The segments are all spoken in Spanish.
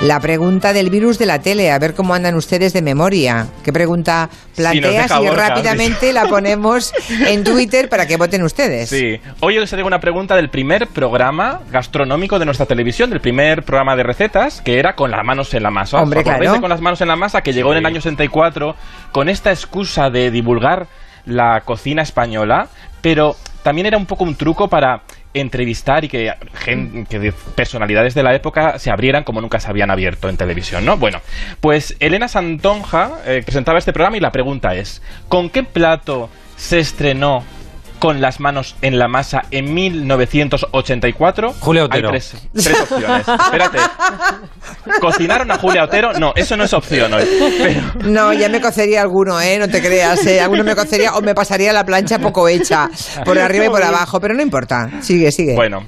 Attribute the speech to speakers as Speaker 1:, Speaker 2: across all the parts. Speaker 1: La pregunta del virus de la tele, a ver cómo andan ustedes de memoria. ¿Qué pregunta planteas?
Speaker 2: deja
Speaker 1: y
Speaker 2: Borja,
Speaker 1: rápidamente la ponemos en Twitter para que voten ustedes.
Speaker 2: Sí. Hoy os traigo una pregunta del primer programa gastronómico de nuestra televisión, del primer programa de recetas, que era con las manos en la masa.
Speaker 1: Hombre,
Speaker 2: ¿Os acordáis
Speaker 1: claro.
Speaker 2: de con las manos en la masa que llegó en el año 64 con esta excusa de divulgar la cocina española, pero también era un poco un truco para entrevistar y que, gen- que de- personalidades de la época se abrieran como nunca se habían abierto en televisión, ¿no? Bueno, pues Elena Santonja eh, presentaba este programa y la pregunta es, ¿con qué plato se estrenó con las manos en la masa en 1984?
Speaker 3: Julio Otero.
Speaker 2: Hay tres, tres opciones. Espérate. ¿Cocinaron a Julia Otero? No, eso no es opción hoy. Pero-
Speaker 1: No, ya me cocería alguno, ¿eh? No te creas, ¿eh? Alguno me cocería o me pasaría la plancha poco hecha, por arriba y por abajo, pero no importa. Sigue, sigue.
Speaker 2: Bueno,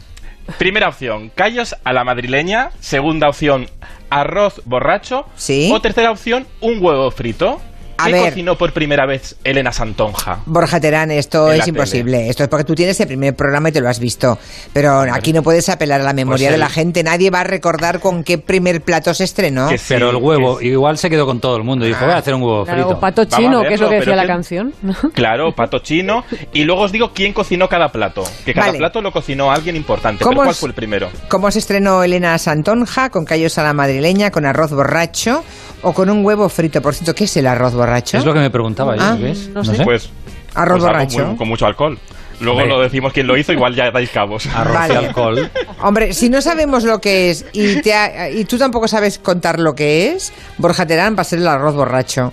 Speaker 2: primera opción, callos a la madrileña. Segunda opción, arroz borracho.
Speaker 1: Sí.
Speaker 2: O tercera opción, un huevo frito.
Speaker 1: A
Speaker 2: ¿Qué
Speaker 1: ver.
Speaker 2: cocinó por primera vez Elena Santonja?
Speaker 1: Borja Terán, esto
Speaker 2: En la
Speaker 1: es imposible. Esto es porque tú tienes el primer programa y te lo has visto. Pero aquí no puedes apelar a la memoria
Speaker 2: Pues
Speaker 1: de
Speaker 2: el-
Speaker 1: la gente. Nadie va a recordar con qué primer plato se estrenó.
Speaker 2: Que sí,
Speaker 3: Pero el huevo,
Speaker 2: que sí.
Speaker 3: igual se quedó con todo el mundo. Dijo, voy a hacer Ah. un huevo
Speaker 4: Claro,
Speaker 3: frito.
Speaker 4: pato
Speaker 2: Vamos a
Speaker 4: chino, que es
Speaker 2: verlo,
Speaker 4: lo que decía
Speaker 2: pero
Speaker 4: la
Speaker 2: que-
Speaker 4: canción. ¿no?
Speaker 2: Claro, pato chino. Y luego os digo quién cocinó cada plato. Que cada
Speaker 1: Vale.
Speaker 2: plato lo cocinó alguien importante.
Speaker 1: ¿Cómo
Speaker 2: Pero ¿Cuál
Speaker 1: es-
Speaker 2: fue el primero?
Speaker 1: ¿Cómo se estrenó Elena Santonja? ¿Con callos a la madrileña? ¿Con arroz borracho? ¿O con un huevo frito? Por cierto, ¿qué es el arroz borracho?
Speaker 3: Es lo que me preguntaba yo,
Speaker 1: Ah,
Speaker 3: ¿ves?
Speaker 4: no sé.
Speaker 2: Pues.
Speaker 1: Arroz
Speaker 2: pues algo
Speaker 1: borracho.
Speaker 2: muy- con mucho alcohol. Luego
Speaker 3: Hombre.
Speaker 2: lo decimos quién lo hizo, igual ya dais cabos.
Speaker 3: Arroz
Speaker 1: Vale.
Speaker 3: y alcohol.
Speaker 1: Hombre, si no sabemos lo que es y, te ha- y tú tampoco sabes contar lo que es, Borja Terán va a ser el arroz borracho.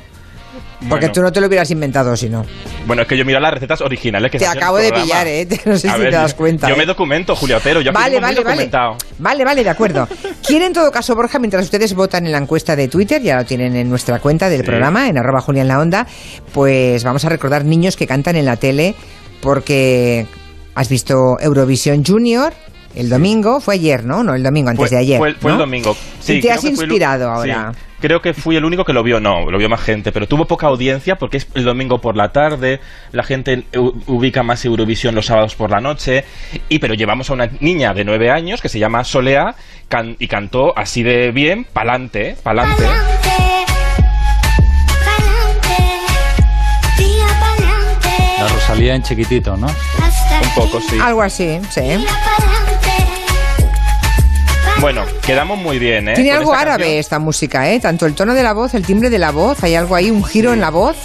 Speaker 1: Porque
Speaker 2: Bueno.
Speaker 1: tú no te lo hubieras inventado si no.
Speaker 2: Bueno, es que yo miro las recetas originales que
Speaker 1: Te
Speaker 2: se hacen en
Speaker 1: acabo
Speaker 2: el
Speaker 1: de
Speaker 2: programa.
Speaker 1: pillar, ¿eh? No sé
Speaker 2: A
Speaker 1: si
Speaker 2: ver,
Speaker 1: te das
Speaker 2: yo-
Speaker 1: cuenta.
Speaker 2: Yo
Speaker 1: ¿eh?
Speaker 2: me documento, Julio Otero. Yo aquí
Speaker 1: vale,
Speaker 2: tengo muy
Speaker 1: vale, vale.
Speaker 2: documentado.
Speaker 1: Vale, vale, de acuerdo. ¿Quieren todo caso, Borja, mientras ustedes votan en la encuesta de Twitter, ya lo tienen en nuestra cuenta del
Speaker 2: Sí.
Speaker 1: programa, en arroba Julia en la onda, pues vamos a recordar niños que cantan en la tele porque has visto Eurovisión Junior el domingo, fue ayer, ¿no? No, el domingo, antes
Speaker 2: Fue-
Speaker 1: de ayer.
Speaker 2: Fue, el- fue el
Speaker 1: ¿no?
Speaker 2: domingo. Sí,
Speaker 1: Y te
Speaker 2: creo
Speaker 1: has
Speaker 2: que fui el u-
Speaker 1: inspirado
Speaker 2: sí,
Speaker 1: ahora.
Speaker 2: creo que fui el único que lo vio, no, lo vio más gente, pero tuvo poca audiencia porque es el domingo por la tarde, la gente u- ubica más Eurovisión los sábados por la noche, y pero llevamos a una niña de nueve años que se llama Solea can- y cantó así de bien, pa'lante, pa'lante.
Speaker 5: Pa'lante, pa'lante, tira pa'lante,
Speaker 3: La Rosalía en chiquitito, ¿no?
Speaker 5: hasta
Speaker 2: Un poco, sí.
Speaker 1: Algo así, sí.
Speaker 5: Tira pa'lante.
Speaker 2: Bueno, quedamos muy bien, ¿eh?
Speaker 1: Tiene
Speaker 2: Con
Speaker 1: algo
Speaker 2: esta
Speaker 1: árabe
Speaker 2: canción.
Speaker 1: esta música, ¿eh? Tanto el tono de la voz, el timbre de la voz, hay algo ahí, un giro en la voz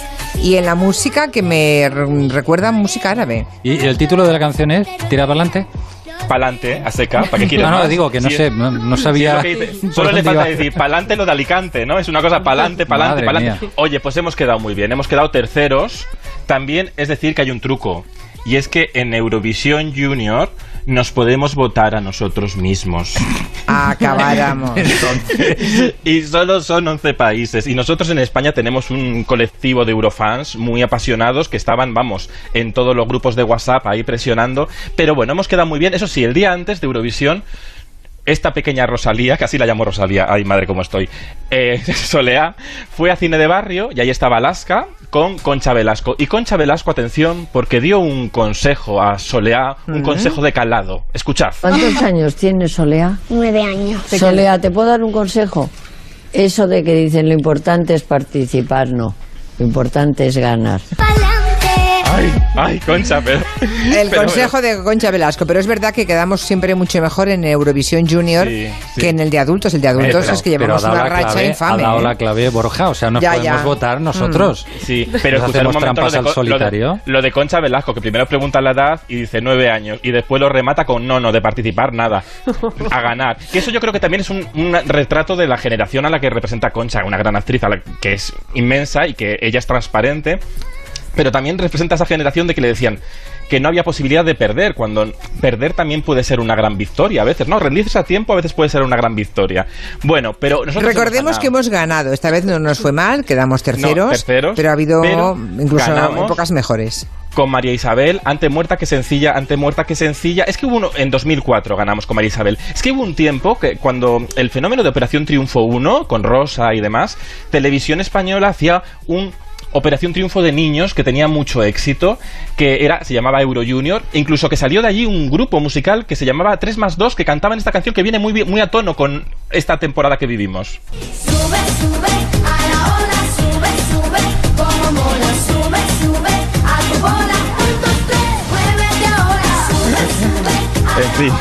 Speaker 1: y en la música que me re- recuerda a música árabe.
Speaker 3: Y el título de la canción es Tira para adelante. Ah,
Speaker 2: Pa'lante, a seca, ¿para qué quieres
Speaker 3: No, no,
Speaker 2: más?
Speaker 3: digo que no
Speaker 2: Sí,
Speaker 3: sé, no, no
Speaker 2: Sí,
Speaker 3: sabía.
Speaker 2: lo que dice.
Speaker 3: por
Speaker 2: Solo le
Speaker 3: dónde
Speaker 2: falta
Speaker 3: iba.
Speaker 2: decir, pa'lante lo de Alicante, ¿no? Es una cosa, pa'lante, pa'lante,
Speaker 3: Madre
Speaker 2: pa'lante.
Speaker 3: mía.
Speaker 2: Oye, pues hemos quedado muy bien, hemos quedado terceros. También es decir que hay un truco. Y es que en Eurovisión Junior nos podemos votar a nosotros mismos.
Speaker 1: Acabáramos.
Speaker 2: y solo son 11 países. Y nosotros en España tenemos un colectivo de Eurofans muy apasionados que estaban, vamos, en todos los grupos de WhatsApp ahí presionando. Pero bueno, hemos quedado muy bien. Eso sí, el día antes de Eurovisión, esta pequeña Rosalía, que así la llamo Rosalía, ay madre cómo estoy, eh, Solea, fue a cine de barrio y ahí estaba Alaska con Concha Velasco. Y Concha Velasco, atención, porque dio un consejo a Solea, un consejo de calado. Escuchad.
Speaker 6: ¿Cuántos años tienes, Solea?
Speaker 5: Nueve años.
Speaker 6: Solea, ¿te puedo dar un consejo? Eso de que dicen lo importante es participar, no. Lo importante es ganar.
Speaker 5: Pa'lante.
Speaker 2: Ay, ay, Concha, pero...
Speaker 1: El
Speaker 2: pero
Speaker 1: consejo de Concha Velasco, pero es verdad que quedamos siempre mucho mejor en Eurovisión Junior
Speaker 2: Sí, sí.
Speaker 1: que en el de adultos. El de adultos
Speaker 2: pero-
Speaker 1: es que
Speaker 3: Pero ha
Speaker 1: llevamos
Speaker 3: dado
Speaker 1: una
Speaker 3: la
Speaker 1: racha
Speaker 3: clave,
Speaker 1: infame.
Speaker 3: Ha dado la
Speaker 1: ¿eh?
Speaker 3: clave Borja, o sea, nos
Speaker 1: Ya,
Speaker 3: podemos
Speaker 1: ya. Mm.
Speaker 3: votar nosotros.
Speaker 2: Sí, pero escuchar
Speaker 3: Nos
Speaker 2: un
Speaker 3: hacemos
Speaker 2: momento lo
Speaker 3: trampas
Speaker 2: de,
Speaker 3: al
Speaker 2: Con- lo de-
Speaker 3: solitario.
Speaker 2: lo de Concha Velasco, que primero pregunta la edad y dice nueve años, y después lo remata con no, no, de participar, nada, a ganar. Que eso yo creo que también es un, un retrato de la generación a la que representa Concha, una gran actriz a la que es inmensa y que ella es transparente, pero también representa esa generación de que le decían que no había posibilidad de perder, cuando perder también puede ser una gran victoria a veces, ¿no? Rendirse a tiempo a veces puede ser una gran victoria. Bueno, pero nosotros... hemos
Speaker 1: Recordemos
Speaker 2: ganado.
Speaker 1: que hemos ganado. Esta vez no nos fue mal, quedamos terceros,
Speaker 2: terceros,
Speaker 1: pero ha habido
Speaker 2: pero
Speaker 1: incluso
Speaker 2: ganamos.
Speaker 1: épocas mejores.
Speaker 2: con María Isabel, ante muerta que sencilla, ante muerta que sencilla. Es que hubo uno, en 2004 ganamos con María Isabel. Es que hubo un tiempo que cuando el fenómeno de Operación Triunfo 1, con Rosa y demás, Televisión Española hacía un Operación Triunfo de niños que tenía mucho éxito, que era se llamaba Euro Junior, e incluso que salió de allí un grupo musical que se llamaba 3 más 2 que cantaban esta canción que viene muy bien- muy a tono con esta temporada que vivimos.
Speaker 5: Sube, sube, a la ola, sube, sube, como mola, sube, sube, a tu bola, un, dos, tres, muévete ahora, sube, sube, a
Speaker 2: En fin.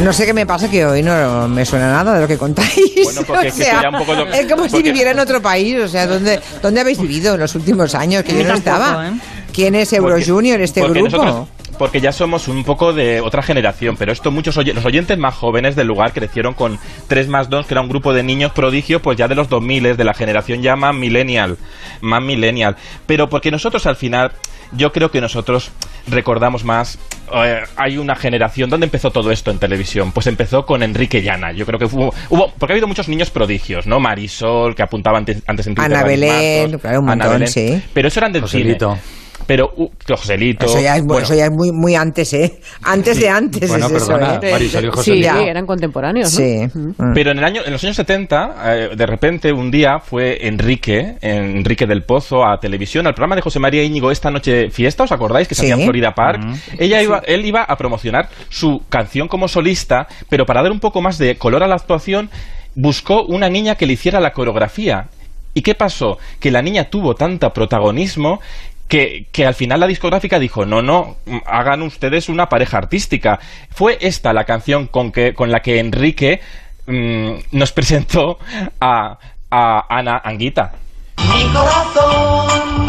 Speaker 1: No sé qué me pasa que hoy no me suena nada de lo que contáis.
Speaker 2: Bueno, porque
Speaker 1: O
Speaker 2: es que
Speaker 1: sea,
Speaker 2: sería un poco lo-
Speaker 1: es como si
Speaker 2: porque-
Speaker 1: viviera en otro país. O sea, ¿dónde, ¿dónde habéis vivido en los últimos años? Que yo no estaba. ¿Quién es Euro
Speaker 2: Porque-
Speaker 1: Junior, este
Speaker 2: porque
Speaker 1: grupo?
Speaker 2: nosotros- porque ya somos un poco de otra generación, pero esto muchos oy- los oyentes más jóvenes del lugar crecieron con 3 más 2, que era un grupo de niños prodigios, pues ya de los 2000, de la generación ya más millennial, más millennial. Pero porque nosotros al final, yo creo que nosotros recordamos más, eh, hay una generación, ¿dónde empezó todo esto en televisión? Pues empezó con Enrique Llana, yo creo que hubo, hubo- porque ha habido muchos niños prodigios, ¿no? Marisol, que apuntaba antes, antes en Twitter,
Speaker 1: Ana
Speaker 2: Dani
Speaker 1: Belén,
Speaker 2: Matos,
Speaker 1: claro, un
Speaker 2: Ana
Speaker 1: montón,
Speaker 2: Belén.
Speaker 1: sí.
Speaker 2: Pero eso eran del
Speaker 3: Joselito.
Speaker 2: cine. Pero uh, Joselito.
Speaker 1: Eso ya es,
Speaker 2: bueno,
Speaker 1: eso ya es muy, muy antes, ¿eh? Antes de antes
Speaker 3: Bueno,
Speaker 1: es
Speaker 3: perdona,
Speaker 2: Ah,
Speaker 1: eso, ¿eh?
Speaker 3: Marisol y José
Speaker 4: Sí,
Speaker 1: Ya.
Speaker 4: eran contemporáneos, ¿no?
Speaker 1: Sí. Mm.
Speaker 2: Pero en el año, en los años 70, eh, de repente un día fue Enrique, Enrique del Pozo, a televisión, al programa de José María Íñigo esta noche fiesta, ¿os acordáis que se
Speaker 1: Sí.
Speaker 2: hacía en Florida Park? Ella iba, él iba a promocionar su canción como solista, pero para dar un poco más de color a la actuación, buscó una niña que le hiciera la coreografía. ¿Y qué pasó? Que la niña tuvo tanto protagonismo que, que al final la discográfica dijo, no, no, mm, hagan ustedes una pareja artística. Fue esta la canción con, que, con la que Enrique mm, nos presentó a, a Ana Anguita.
Speaker 7: Mi corazón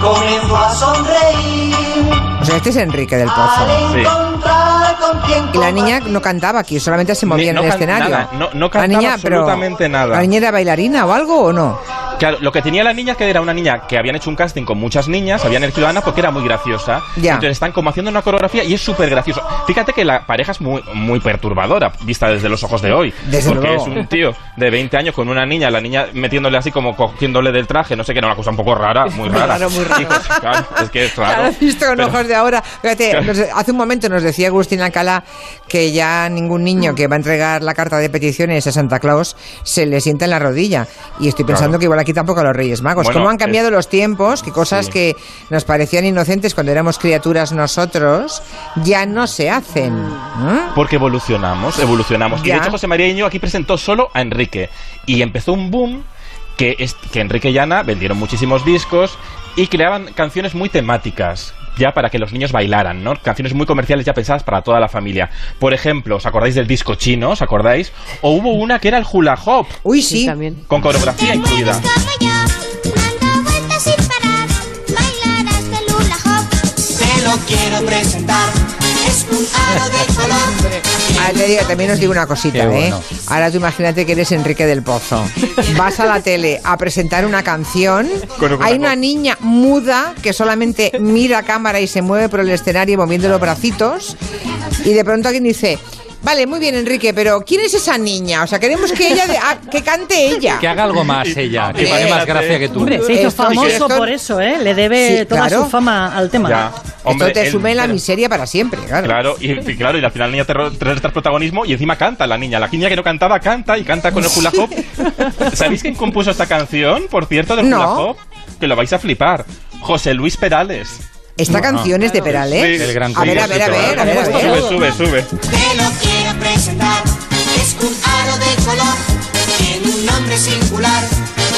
Speaker 7: comenzó a sonreír
Speaker 1: O sea, este es Enrique del
Speaker 7: al
Speaker 1: Pozo.
Speaker 2: Sí.
Speaker 7: encontrar con quien
Speaker 1: Y la niña no cantaba aquí, solamente se movía
Speaker 2: Ni-
Speaker 1: en
Speaker 2: no
Speaker 1: el
Speaker 2: can-
Speaker 1: escenario.
Speaker 2: nada, no- no
Speaker 1: La
Speaker 2: cantaba
Speaker 1: niña, pero-
Speaker 2: absolutamente nada.
Speaker 1: ¿La niña era bailarina o algo o no?
Speaker 2: Claro, lo que tenía la niña es que era una niña que habían hecho un casting con muchas niñas, habían elegido a Ana porque era muy graciosa.
Speaker 1: Ya.
Speaker 2: Entonces están como haciendo una coreografía y es súper gracioso. Fíjate que la pareja es muy, muy perturbadora, vista desde los ojos de hoy.
Speaker 1: Desde
Speaker 2: porque
Speaker 1: luego.
Speaker 2: es un tío de 20 años con una niña, la niña metiéndole así como cogiéndole del traje, no sé qué, era una cosa un poco rara, muy rara.
Speaker 1: raro, muy raro.
Speaker 2: Y dices, claro, es que es raro.
Speaker 1: Claro, visto con
Speaker 2: Pero-
Speaker 1: ojos de ahora. Fíjate, nos- hace un momento nos decía Agustín Alcalá que ya ningún niño que va a entregar la carta de peticiones a Santa Claus se le sienta en la rodilla. Y estoy pensando
Speaker 2: Claro.
Speaker 1: que igual aquí tampoco a los Reyes Magos.
Speaker 2: Bueno,
Speaker 1: ¿Cómo han cambiado
Speaker 2: es-
Speaker 1: los tiempos? Que cosas
Speaker 2: Sí.
Speaker 1: que nos parecían inocentes cuando éramos criaturas nosotros ya no se hacen. ¿Mm?
Speaker 2: Porque evolucionamos, evolucionamos. Y
Speaker 1: Ya.
Speaker 2: de hecho José María Íñigo aquí presentó solo a Enrique. Y empezó un boom que, es- que Enrique y Ana vendieron muchísimos discos y creaban canciones muy temáticas. Ya para que los niños bailaran, ¿no? Canciones muy comerciales ya pensadas para toda la familia. Por ejemplo, ¿os acordáis del disco chino? ¿Os acordáis? O hubo una que era el hula hop,
Speaker 1: Uy,
Speaker 4: Sí,
Speaker 1: sí.
Speaker 4: también.
Speaker 2: con coreografía incluida.
Speaker 5: este
Speaker 7: te lo quiero presentar. Es un aro de color.
Speaker 1: Ah, te digo, también os digo una cosita,
Speaker 3: Qué bueno.
Speaker 1: ¿eh? Ahora tú imagínate que eres Enrique del Pozo. Vas a la tele a presentar una canción.
Speaker 2: Con un
Speaker 1: Hay
Speaker 2: brazo.
Speaker 1: una niña muda que solamente mira a cámara y se mueve por el escenario moviendo los bracitos. Y de pronto alguien dice. Vale, muy bien, Enrique, pero ¿quién es esa niña? O sea, queremos que ella de- ah, que cante ella.
Speaker 3: Que haga algo más ella, que vale más gracia que tú.
Speaker 8: Hombre, se hizo
Speaker 1: Esto-
Speaker 8: famoso
Speaker 1: esto-
Speaker 8: por eso, ¿eh? Le debe
Speaker 1: Sí,
Speaker 8: toda
Speaker 1: claro.
Speaker 8: su fama al tema.
Speaker 2: Ya. Hombre,
Speaker 1: Esto te
Speaker 2: él-
Speaker 1: sume en la
Speaker 2: pero-
Speaker 1: miseria para siempre, claro.
Speaker 2: Claro, y, y claro, y al final la niña terro- tras tras protagonismo y encima canta la niña. La niña que no cantaba canta y canta con el hula hop. ¿Sabéis quién compuso esta canción, por cierto, del
Speaker 1: No.
Speaker 2: hula hop? Que lo vais a flipar. José Luis Perales.
Speaker 1: Esta canción es de Perales.
Speaker 2: Sí,
Speaker 3: El gran
Speaker 1: ¿Eh? a ver, a ver, a ver, a ver, a
Speaker 2: Esto
Speaker 1: ver.
Speaker 2: Sube, sube, sube.
Speaker 7: Te lo quiero presentar. Es un aro de color. Tiene un nombre singular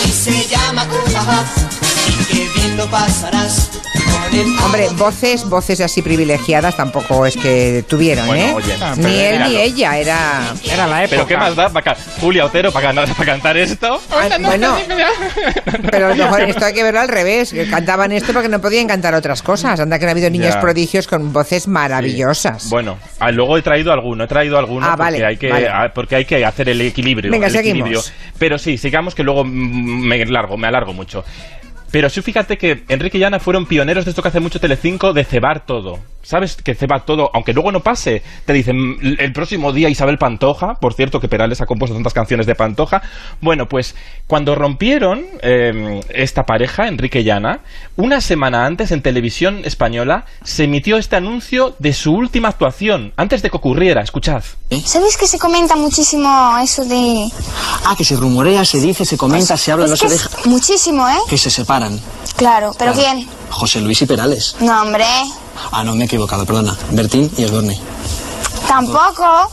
Speaker 7: y se llama Hula Hop. Y qué bien lo pasarás con el aro
Speaker 1: Hombre,
Speaker 7: de
Speaker 1: voces, voces así privilegiadas tampoco es que tuvieron,
Speaker 2: Bueno,
Speaker 1: ¿eh?
Speaker 2: oye, pero
Speaker 1: ni él ni
Speaker 2: míralo.
Speaker 1: ella, era...
Speaker 3: Era la
Speaker 2: Pero qué más da para ca- Julia Otero para ganar para cantar esto.
Speaker 1: Ah, bueno, pero a lo mejor esto hay que verlo al revés, que cantaban esto porque no podían cantar otras cosas. Anda que han habido niños
Speaker 2: Ya.
Speaker 1: prodigios con voces maravillosas.
Speaker 2: Bueno, ah, luego he traído alguno, he traído alguno
Speaker 1: Ah,
Speaker 2: porque,
Speaker 1: vale,
Speaker 2: hay que,
Speaker 1: vale.
Speaker 2: ah, porque hay que hacer el equilibrio.
Speaker 1: Venga,
Speaker 2: el
Speaker 1: seguimos.
Speaker 2: equilibrio. Pero sí, sigamos que luego mm, me largo, me alargo mucho. Pero sí, fíjate que Enrique y Ana fueron pioneros de esto que hace mucho Telecinco de cebar todo. ¿Sabes que ceba todo? Aunque luego no pase. Te dicen "Mm, el próximo día Isabel Pantoja, por cierto que Perales ha compuesto tantas canciones de Pantoja. Bueno, pues cuando rompieron eh, esta pareja, Enrique y Ana, una semana antes en televisión española se emitió este anuncio de su última actuación, antes de que ocurriera, escuchad.
Speaker 9: ¿Sabéis que se comenta muchísimo eso de
Speaker 4: Ah, que se rumorea, se dice, se comenta, se habla,
Speaker 8: Es
Speaker 4: no
Speaker 8: que
Speaker 4: se
Speaker 8: es
Speaker 4: deja.
Speaker 8: muchísimo, ¿eh?
Speaker 4: Que se separan.
Speaker 8: Claro, pero
Speaker 4: Claro.
Speaker 8: ¿quién?
Speaker 4: José Luis y Perales.
Speaker 8: No, hombre,
Speaker 4: Ah, no, me he equivocado, perdona. Bertín y Osborne.
Speaker 8: tampoco.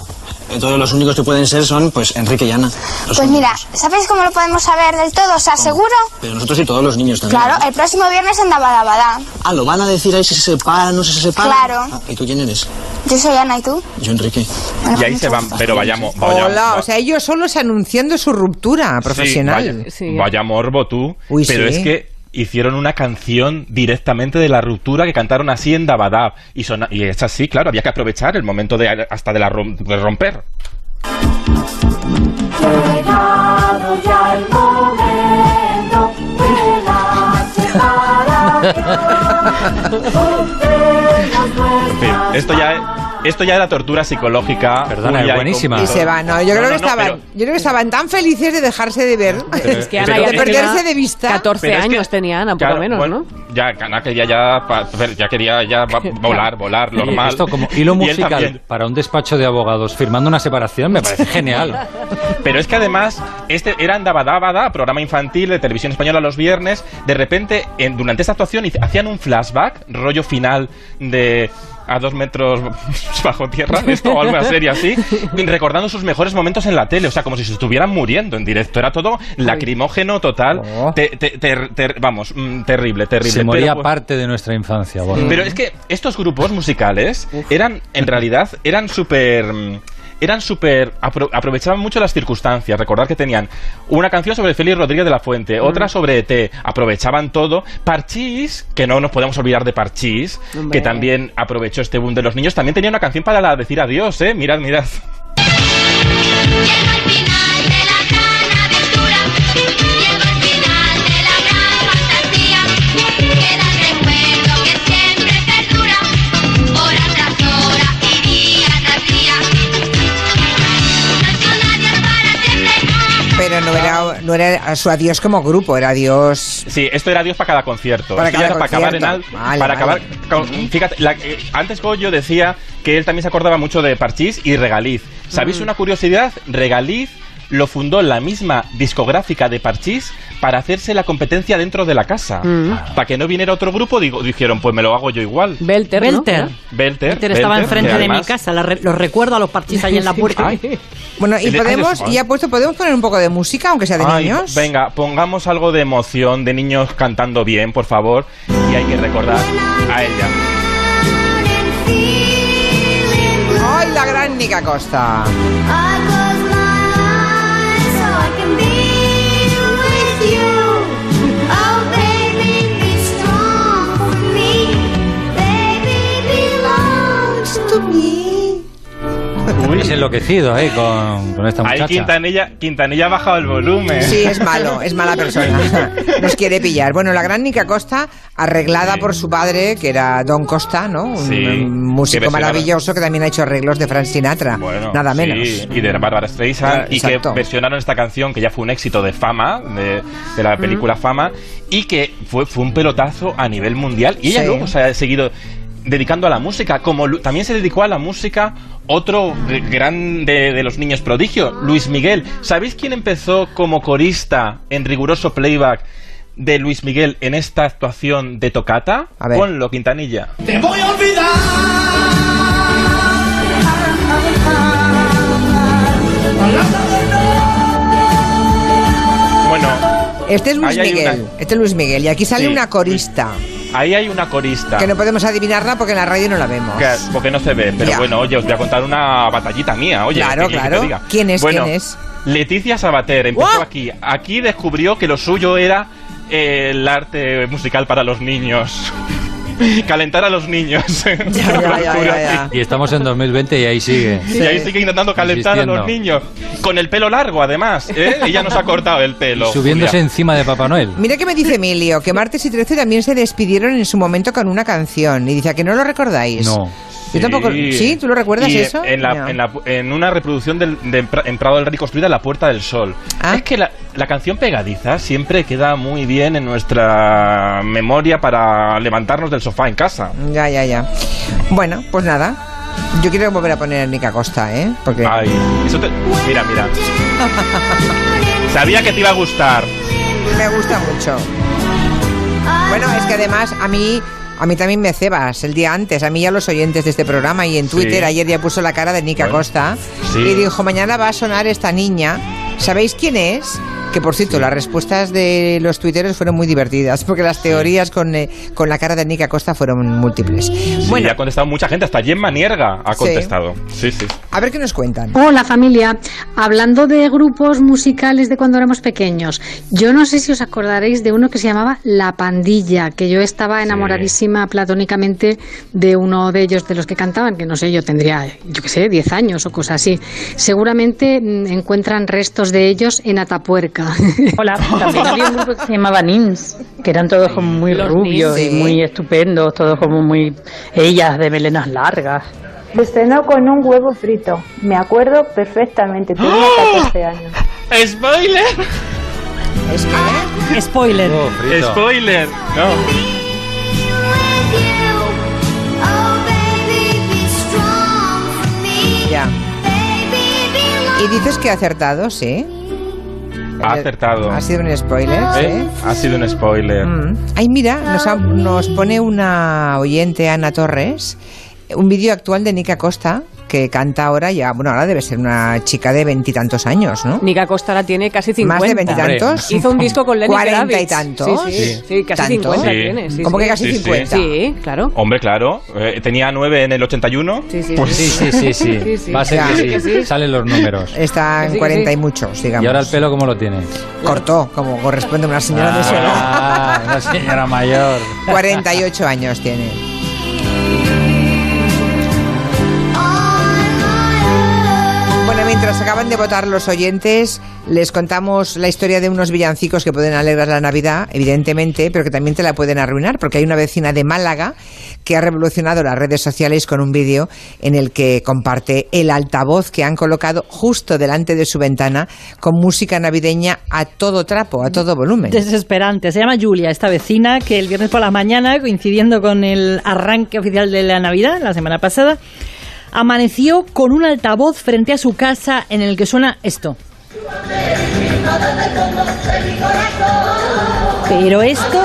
Speaker 4: Entonces los únicos que pueden ser son, pues, Enrique y Ana. Los
Speaker 8: Pues
Speaker 4: únicos.
Speaker 8: mira, ¿sabéis cómo lo podemos saber del todo? O sea, seguro.
Speaker 4: Pero nosotros y todos los niños también.
Speaker 8: Claro,
Speaker 4: ¿no?
Speaker 8: el próximo viernes en Dabadabada.
Speaker 4: Ah, lo van a decir ahí si se separan, no si se separan.
Speaker 8: Claro.
Speaker 4: Ah, ¿Y tú quién eres?
Speaker 8: Yo soy Ana y tú.
Speaker 4: Yo, Enrique.
Speaker 8: Bueno,
Speaker 2: Y ahí
Speaker 8: mucho
Speaker 2: se van,
Speaker 8: gusto.
Speaker 2: pero vayamos. vayamos
Speaker 1: Hola, o sea, ellos solos anunciando su ruptura profesional.
Speaker 2: vaya, vaya morbo tú.
Speaker 1: Uy,
Speaker 2: pero
Speaker 1: sí.
Speaker 2: es que hicieron una canción directamente de la ruptura que cantaron así en Dabadab. Y, sona- y es así, claro, había que aprovechar el momento de hasta de, la rom- de romper. En fin, esto ya, esto ya era tortura psicológica.
Speaker 3: Perdona,
Speaker 2: Julia,
Speaker 3: es buenísima.
Speaker 2: y
Speaker 1: Y se van. No, yo
Speaker 2: No,
Speaker 1: creo
Speaker 2: no,
Speaker 1: que
Speaker 2: no,
Speaker 1: estaban,
Speaker 2: pero-
Speaker 1: yo creo que estaban tan felices de dejarse de ver,
Speaker 9: Es que Ana
Speaker 2: Pero
Speaker 9: ya
Speaker 1: de
Speaker 2: es que-
Speaker 1: perderse
Speaker 9: tenía
Speaker 1: de vista.
Speaker 9: 14
Speaker 2: Pero es que-
Speaker 9: años tenía Ana, por
Speaker 2: claro,
Speaker 9: lo menos,
Speaker 2: bueno,
Speaker 9: ¿no?
Speaker 2: Ya, Ana quería ya, pa- ya quería ya va- volar, volar,
Speaker 3: Oye,
Speaker 2: normal.
Speaker 3: Esto como hilo
Speaker 2: Y él
Speaker 3: musical
Speaker 2: también.
Speaker 3: para un despacho de abogados firmando una separación me parece genial.
Speaker 2: Pero es que además, este era Andabadabada, programa infantil de televisión española los viernes. De repente, en- durante esta actuación, hice- hacían un flashback, rollo final de a dos metros bajo tierra, esto o alguna serie así, y recordando sus mejores momentos en la tele, o sea, como si se estuvieran muriendo en directo, era todo lacrimógeno total,
Speaker 3: Oh.
Speaker 2: Te- te- ter- ter- vamos, mm, terrible, terrible.
Speaker 3: Se moría
Speaker 2: Pero, pues,
Speaker 3: parte de nuestra infancia. bueno.
Speaker 2: Pero es que estos grupos musicales eran, en realidad, eran súper... mm, Eran súper... apro- aprovechaban mucho las circunstancias. Recordad que tenían una canción sobre Félix Rodríguez de la Fuente, otra sobre ET. Aprovechaban todo. Parchís, que no nos podemos olvidar de Parchís,
Speaker 9: Hombre.
Speaker 2: que también aprovechó este boom de los niños. También tenía una canción para la- decir adiós, ¿eh? Mirad, mirad.
Speaker 5: Llego al final de la gran aventura, llego al final de la gran fantasía, queda el recuerdo que siempre perdura, hora tras hora y día tras día. Nacionales para siempre.
Speaker 1: Pero no era, no era su adiós como grupo, era adiós.
Speaker 2: Sí, esto era adiós para cada concierto.
Speaker 1: Para
Speaker 2: Esto
Speaker 1: cada
Speaker 2: ya era para acabar en
Speaker 1: concierto.
Speaker 2: al-
Speaker 1: Vale,
Speaker 2: para
Speaker 1: vale.
Speaker 2: acabar con- fíjate, la- eh, antes Goyo decía que él también se acordaba mucho de Parchís y Regaliz. ¿Sabéis una curiosidad? Regaliz lo fundó la misma discográfica de Parchís para hacerse la competencia dentro de la casa. Para que no viniera otro grupo, digo, dijeron, pues me lo hago yo igual.
Speaker 9: Belter, ¿no?
Speaker 10: Belter.
Speaker 2: Belter,
Speaker 10: Belter estaba
Speaker 2: Belter,
Speaker 10: enfrente
Speaker 2: que
Speaker 10: de mi
Speaker 2: además-
Speaker 10: casa, la re- los recuerdo a los parchís ahí en la puerta.
Speaker 2: Ay,
Speaker 1: Bueno, y
Speaker 2: El- ay,
Speaker 1: podemos,
Speaker 2: desigual.
Speaker 1: y ha puesto, podemos poner un poco de música, aunque sea de
Speaker 2: ay,
Speaker 1: niños.
Speaker 2: venga, pongamos algo de emoción, de niños cantando bien, por favor. Y hay que recordar a ella.
Speaker 1: ¡Ay, la gran Nica Costa!
Speaker 5: I close my eyes so I can be with you. Oh, baby, be strong for me. Baby belongs to me.
Speaker 2: Uy.
Speaker 3: Es enloquecido ahí con, con esta
Speaker 2: Ahí
Speaker 3: muchacha.
Speaker 2: Quintanilla, Quintanilla ha bajado el volumen.
Speaker 1: Sí, es malo, es mala persona. Nos quiere pillar. Bueno, la gran Nica Costa, arreglada
Speaker 2: Sí.
Speaker 1: por su padre, que era Don Costa, ¿no? Un,
Speaker 2: Sí.
Speaker 1: un
Speaker 2: Que
Speaker 1: músico
Speaker 2: versionaba-
Speaker 1: maravilloso que también ha hecho arreglos de Frank Sinatra.
Speaker 2: Bueno,
Speaker 1: nada
Speaker 2: sí,
Speaker 1: menos.
Speaker 2: y de Bárbara Streisand,
Speaker 1: Ah,
Speaker 2: y que
Speaker 1: exacto.
Speaker 2: versionaron esta canción que ya fue un éxito de fama, de, de la película
Speaker 1: Mm.
Speaker 2: Fama, y que fue, fue un pelotazo a nivel mundial. Y ella
Speaker 1: Sí.
Speaker 2: luego se ha seguido dedicando a la música, como Lu- también se dedicó a la música otro g- gran de, de los niños prodigio, Luis Miguel. ¿Sabéis quién empezó como corista en riguroso playback de Luis Miguel en esta actuación de Tocata?
Speaker 1: A ver.
Speaker 2: Ponlo, Quintanilla.
Speaker 7: Te voy a olvidar.
Speaker 2: Bueno,
Speaker 1: Este es Luis
Speaker 2: Ahí hay
Speaker 1: Miguel.
Speaker 2: una-
Speaker 1: Este es Luis Miguel. Y aquí sale
Speaker 2: Sí.
Speaker 1: una corista.
Speaker 2: Ahí hay una corista.
Speaker 1: Que no podemos adivinarla porque en la radio no la vemos.
Speaker 2: que- porque no se ve, pero
Speaker 1: Ya.
Speaker 2: bueno, oye, os voy a contar una batallita mía, oye.
Speaker 1: Claro,
Speaker 2: ¿qué quieres que
Speaker 1: claro.
Speaker 2: te diga?
Speaker 1: ¿Quién es?
Speaker 2: Bueno,
Speaker 1: ¿Quién es?
Speaker 2: Leticia Sabater empezó
Speaker 1: ¡Guau!
Speaker 2: aquí. Aquí descubrió que lo suyo era eh, el arte musical para los niños. Calentar a los niños.
Speaker 1: Ya, ya, ya, ya, ya.
Speaker 3: Y estamos en 2020 y ahí sigue.
Speaker 2: Y ahí sigue intentando calentar a los niños.
Speaker 3: Insistiendo.
Speaker 2: Con el pelo largo, además. ¿eh? Ella nos ha cortado el pelo.
Speaker 3: Subiéndose
Speaker 2: Julia.
Speaker 3: encima de Papá Noel.
Speaker 1: Mira que me dice Emilio que martes y 13 también se despidieron en su momento con una canción. Y dice, ¿a que no lo recordáis?
Speaker 3: No.
Speaker 1: Yo tampoco. ¿Sí? ¿Tú lo recuerdas
Speaker 2: Y
Speaker 1: eso?
Speaker 2: En, la-
Speaker 1: No.
Speaker 2: en la- en una reproducción del- de Pra- en Prado del Rey construida La Puerta del Sol.
Speaker 1: Ah.
Speaker 2: Es que la, la canción pegadiza siempre queda muy bien en nuestra memoria para levantarnos del sofá en casa.
Speaker 1: Ya, ya, ya. Bueno, pues nada. Yo quiero volver a poner a Nica Costa, ¿eh? Porque.
Speaker 2: Ay, eso te- mira, mira.
Speaker 5: Down
Speaker 2: Sabía que te iba a gustar.
Speaker 1: Me gusta mucho. Bueno, es que además a mí... A mí también me cebas el día antes. A mí ya los oyentes de este programa y en Twitter ayer ya puso la cara de Nica
Speaker 2: Bueno,
Speaker 1: Costa
Speaker 2: sí.
Speaker 1: y dijo, mañana va a sonar esta niña. ¿Sabéis quién es? Que por cierto, las respuestas de los tuiteros fueron muy divertidas porque las teorías con, eh, con la cara de Nica Costa fueron múltiples.
Speaker 2: Sí,
Speaker 1: bueno,
Speaker 2: ha contestado mucha gente, hasta Gemma Nierga ha
Speaker 1: Sí.
Speaker 2: contestado. Sí, sí.
Speaker 1: a ver qué nos cuentan.
Speaker 9: Hola familia, hablando de grupos musicales de cuando éramos pequeños, yo no sé si os acordaréis de uno que se llamaba La Pandilla, que yo estaba enamoradísima platónicamente de uno de ellos, de los que cantaban, que no sé, yo tendría, yo qué sé, 10 años o cosas así. Seguramente mm, encuentran restos de ellos en Atapuerca.
Speaker 5: Hola, también había un grupo que se llamaba Nins, que eran todos como muy
Speaker 10: Los
Speaker 5: rubios
Speaker 1: Nins,
Speaker 5: y
Speaker 1: sí.
Speaker 5: muy estupendos, todos como muy ellas de melenas largas.
Speaker 9: Se estrenó con un huevo frito, me acuerdo perfectamente, tenía
Speaker 11: ¡Ah!
Speaker 9: 14 años.
Speaker 2: ¡Spoiler!
Speaker 1: Es que,
Speaker 10: Spoiler.
Speaker 3: Huevo frito.
Speaker 2: ¡Spoiler! No.
Speaker 5: Oh,
Speaker 1: ya. Y dices que acertado, sí.
Speaker 2: Ha acertado.
Speaker 1: Eh, Ha sido un spoiler,
Speaker 2: ¿Eh?
Speaker 1: sí.
Speaker 2: Ha sido un spoiler.
Speaker 1: Mm. Ay, mira, nos, ha- nos pone una oyente, Ana Torres, un vídeo actual de Nica Costa, que canta ahora ya, bueno, ahora debe ser una chica de veintitantos años, ¿no?
Speaker 11: Nica Costa ahora tiene casi 50.
Speaker 1: Más de veintitantos.
Speaker 11: Hizo un disco con Lenny
Speaker 1: 40 y
Speaker 11: Kravitz.
Speaker 1: tantos.
Speaker 11: Sí, sí,
Speaker 2: Sí.
Speaker 11: sí, casi
Speaker 1: ¿Tanto?
Speaker 11: 50
Speaker 2: Sí.
Speaker 11: tiene. Sí,
Speaker 1: Como
Speaker 11: sí.
Speaker 1: que casi
Speaker 2: Sí, sí.
Speaker 1: 50.
Speaker 11: Sí, claro.
Speaker 2: Hombre, claro. eh, tenía nueve en el 81.
Speaker 11: Sí, sí,
Speaker 2: Pues
Speaker 3: Sí, sí, sí, sí.
Speaker 11: Sí, sí.
Speaker 3: Va a ser
Speaker 1: Ya. Eh,
Speaker 3: que sí. Salen los números.
Speaker 1: Está
Speaker 11: Sí,
Speaker 1: en
Speaker 11: sí.
Speaker 1: 40 y muchos, digamos.
Speaker 3: ¿Y ahora el pelo cómo lo tiene?
Speaker 1: Cortó, como corresponde a una señora de su edad.
Speaker 3: Ah, una señora mayor.
Speaker 1: 48 años tiene. Bueno, mientras acaban de votar los oyentes, les contamos la historia de unos villancicos que pueden alegrar la Navidad, evidentemente, pero que también te la pueden arruinar, porque hay una vecina de Málaga que ha revolucionado las redes sociales con un vídeo en el que comparte el altavoz que han colocado justo delante de su ventana con música navideña a todo trapo, a todo volumen.
Speaker 10: Desesperante. Se llama Julia, esta vecina que el viernes por la mañana, coincidiendo con el arranque oficial de la Navidad, la semana pasada, amaneció con un altavoz frente a su casa en el que suena esto. Pero esto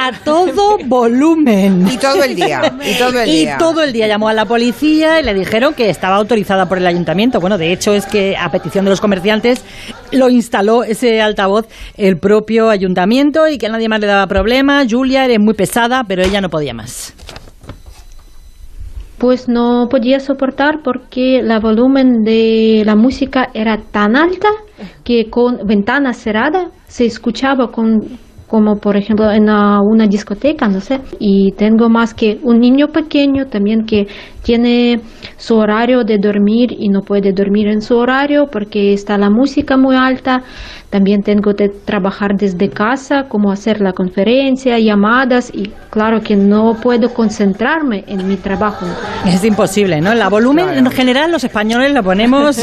Speaker 10: a todo volumen.
Speaker 1: Y todo el día, y todo el día.
Speaker 10: Y todo el día llamó a la policía y le dijeron que estaba autorizada por el ayuntamiento. Bueno, de hecho es que a petición de los comerciantes lo instaló ese altavoz el propio ayuntamiento y que a nadie más le daba problema. Julia, eres muy pesada, pero ella no podía más.
Speaker 9: Pues no podía soportar porque el volumen de la música era tan alta que con ventana cerrada se escuchaba con, como por ejemplo en ah, una discoteca, no sé. Y tengo más que un niño pequeño también que tiene su horario de dormir y no puede dormir en su horario porque está la música muy alta. También tengo que trabajar desde casa, como hacer la conferencia, llamadas y claro que no puedo concentrarme en mi trabajo.
Speaker 10: Es imposible, ¿no? La volumen,
Speaker 1: Claro.
Speaker 10: en general, los españoles la ponemos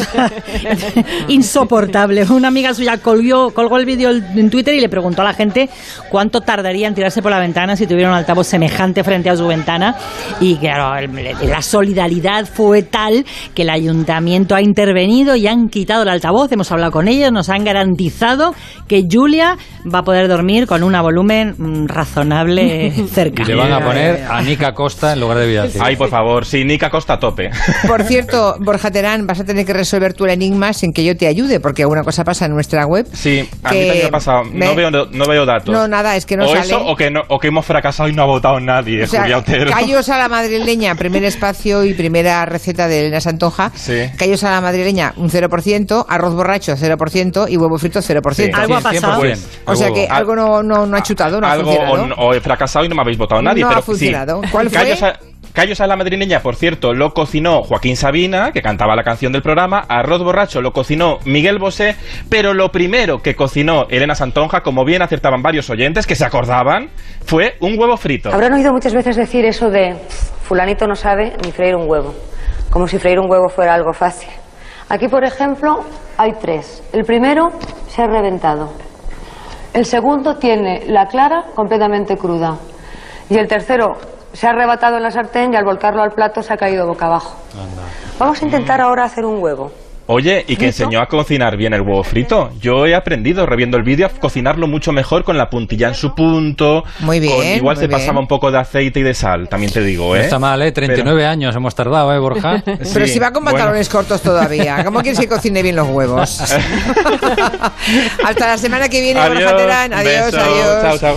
Speaker 10: insoportable. Una amiga suya colgó, colgó el vídeo en Twitter y le preguntó a la gente cuánto tardaría en tirarse por la ventana si tuviera un altavoz semejante frente a su ventana. Y claro, el- la solidaridad fue tal que el ayuntamiento ha intervenido y han quitado el altavoz. Hemos hablado con ellos, nos han garantizado que Julia va a poder dormir con un volumen mm, razonable
Speaker 3: Y
Speaker 10: cerca.
Speaker 3: le van a poner a Nica Costa en lugar de Villancico.
Speaker 2: Ay, por favor, sí, Nica Costa a tope.
Speaker 1: Por cierto, Borja Terán, vas a tener que resolver tu enigma sin que yo te ayude, porque una cosa pasa en nuestra web.
Speaker 2: Sí, a
Speaker 1: que
Speaker 2: mí también me ha pasado.
Speaker 1: me-
Speaker 2: No, veo, no veo datos.
Speaker 1: No, nada, es que no
Speaker 2: o
Speaker 1: sale.
Speaker 2: eso, o que, no, o que hemos fracasado y no ha votado nadie,
Speaker 1: O sea,
Speaker 2: Julia Otero.
Speaker 1: callos a la madrileña, primer espacio y primera receta de Elena Santoja.
Speaker 2: Sí.
Speaker 1: Callos a la madrileña, un 0%, arroz borracho, 0% y huevo frito, 0%.
Speaker 2: Sí.
Speaker 10: Algo ha
Speaker 3: 100%.
Speaker 10: pasado.
Speaker 1: O sea que
Speaker 2: Al-
Speaker 1: algo no, no, no ha chutado, no ha
Speaker 2: algo
Speaker 1: funcionado.
Speaker 2: o, no- o he fracasado y no me habéis votado nadie.
Speaker 1: No ha
Speaker 2: pero
Speaker 1: funcionado.
Speaker 2: Sí.
Speaker 1: ¿Cuál fue?
Speaker 2: Callos a, Callos a la madrileña, por cierto, lo cocinó Joaquín Sabina, que cantaba la canción del programa. Arroz borracho lo cocinó Miguel Bosé. Pero lo primero que cocinó Elena Santonja, como bien acertaban varios oyentes que se acordaban, fue un huevo frito.
Speaker 9: Habrán oído muchas veces decir eso de fulanito no sabe ni freír un huevo, como si freír un huevo fuera algo fácil. Aquí, por ejemplo, hay tres. El primero se ha reventado. El segundo tiene la clara completamente cruda. Y el tercero se ha arrebatado en la sartén y al volcarlo al plato se ha caído boca abajo. Vamos a intentar ahora hacer un huevo.
Speaker 2: Oye, y que enseñó a cocinar bien el huevo frito. Yo he aprendido, reviendo el vídeo, a cocinarlo mucho mejor con la puntilla en su punto.
Speaker 1: Muy bien,
Speaker 2: con- igual
Speaker 1: muy
Speaker 2: se
Speaker 1: bien.
Speaker 2: pasaba un poco de aceite y de sal, también te digo,
Speaker 3: No
Speaker 2: ¿eh?
Speaker 3: está mal, ¿eh? 39 años hemos tardado, ¿eh, Borja?
Speaker 1: Pero si va con pantalones cortos todavía, ¿cómo quieres que cocine bien los huevos? Hasta la semana que viene,
Speaker 3: Adiós,
Speaker 1: Borja Terán.
Speaker 3: un
Speaker 1: Adiós,
Speaker 3: beso.
Speaker 1: adiós.
Speaker 3: Chao, chao.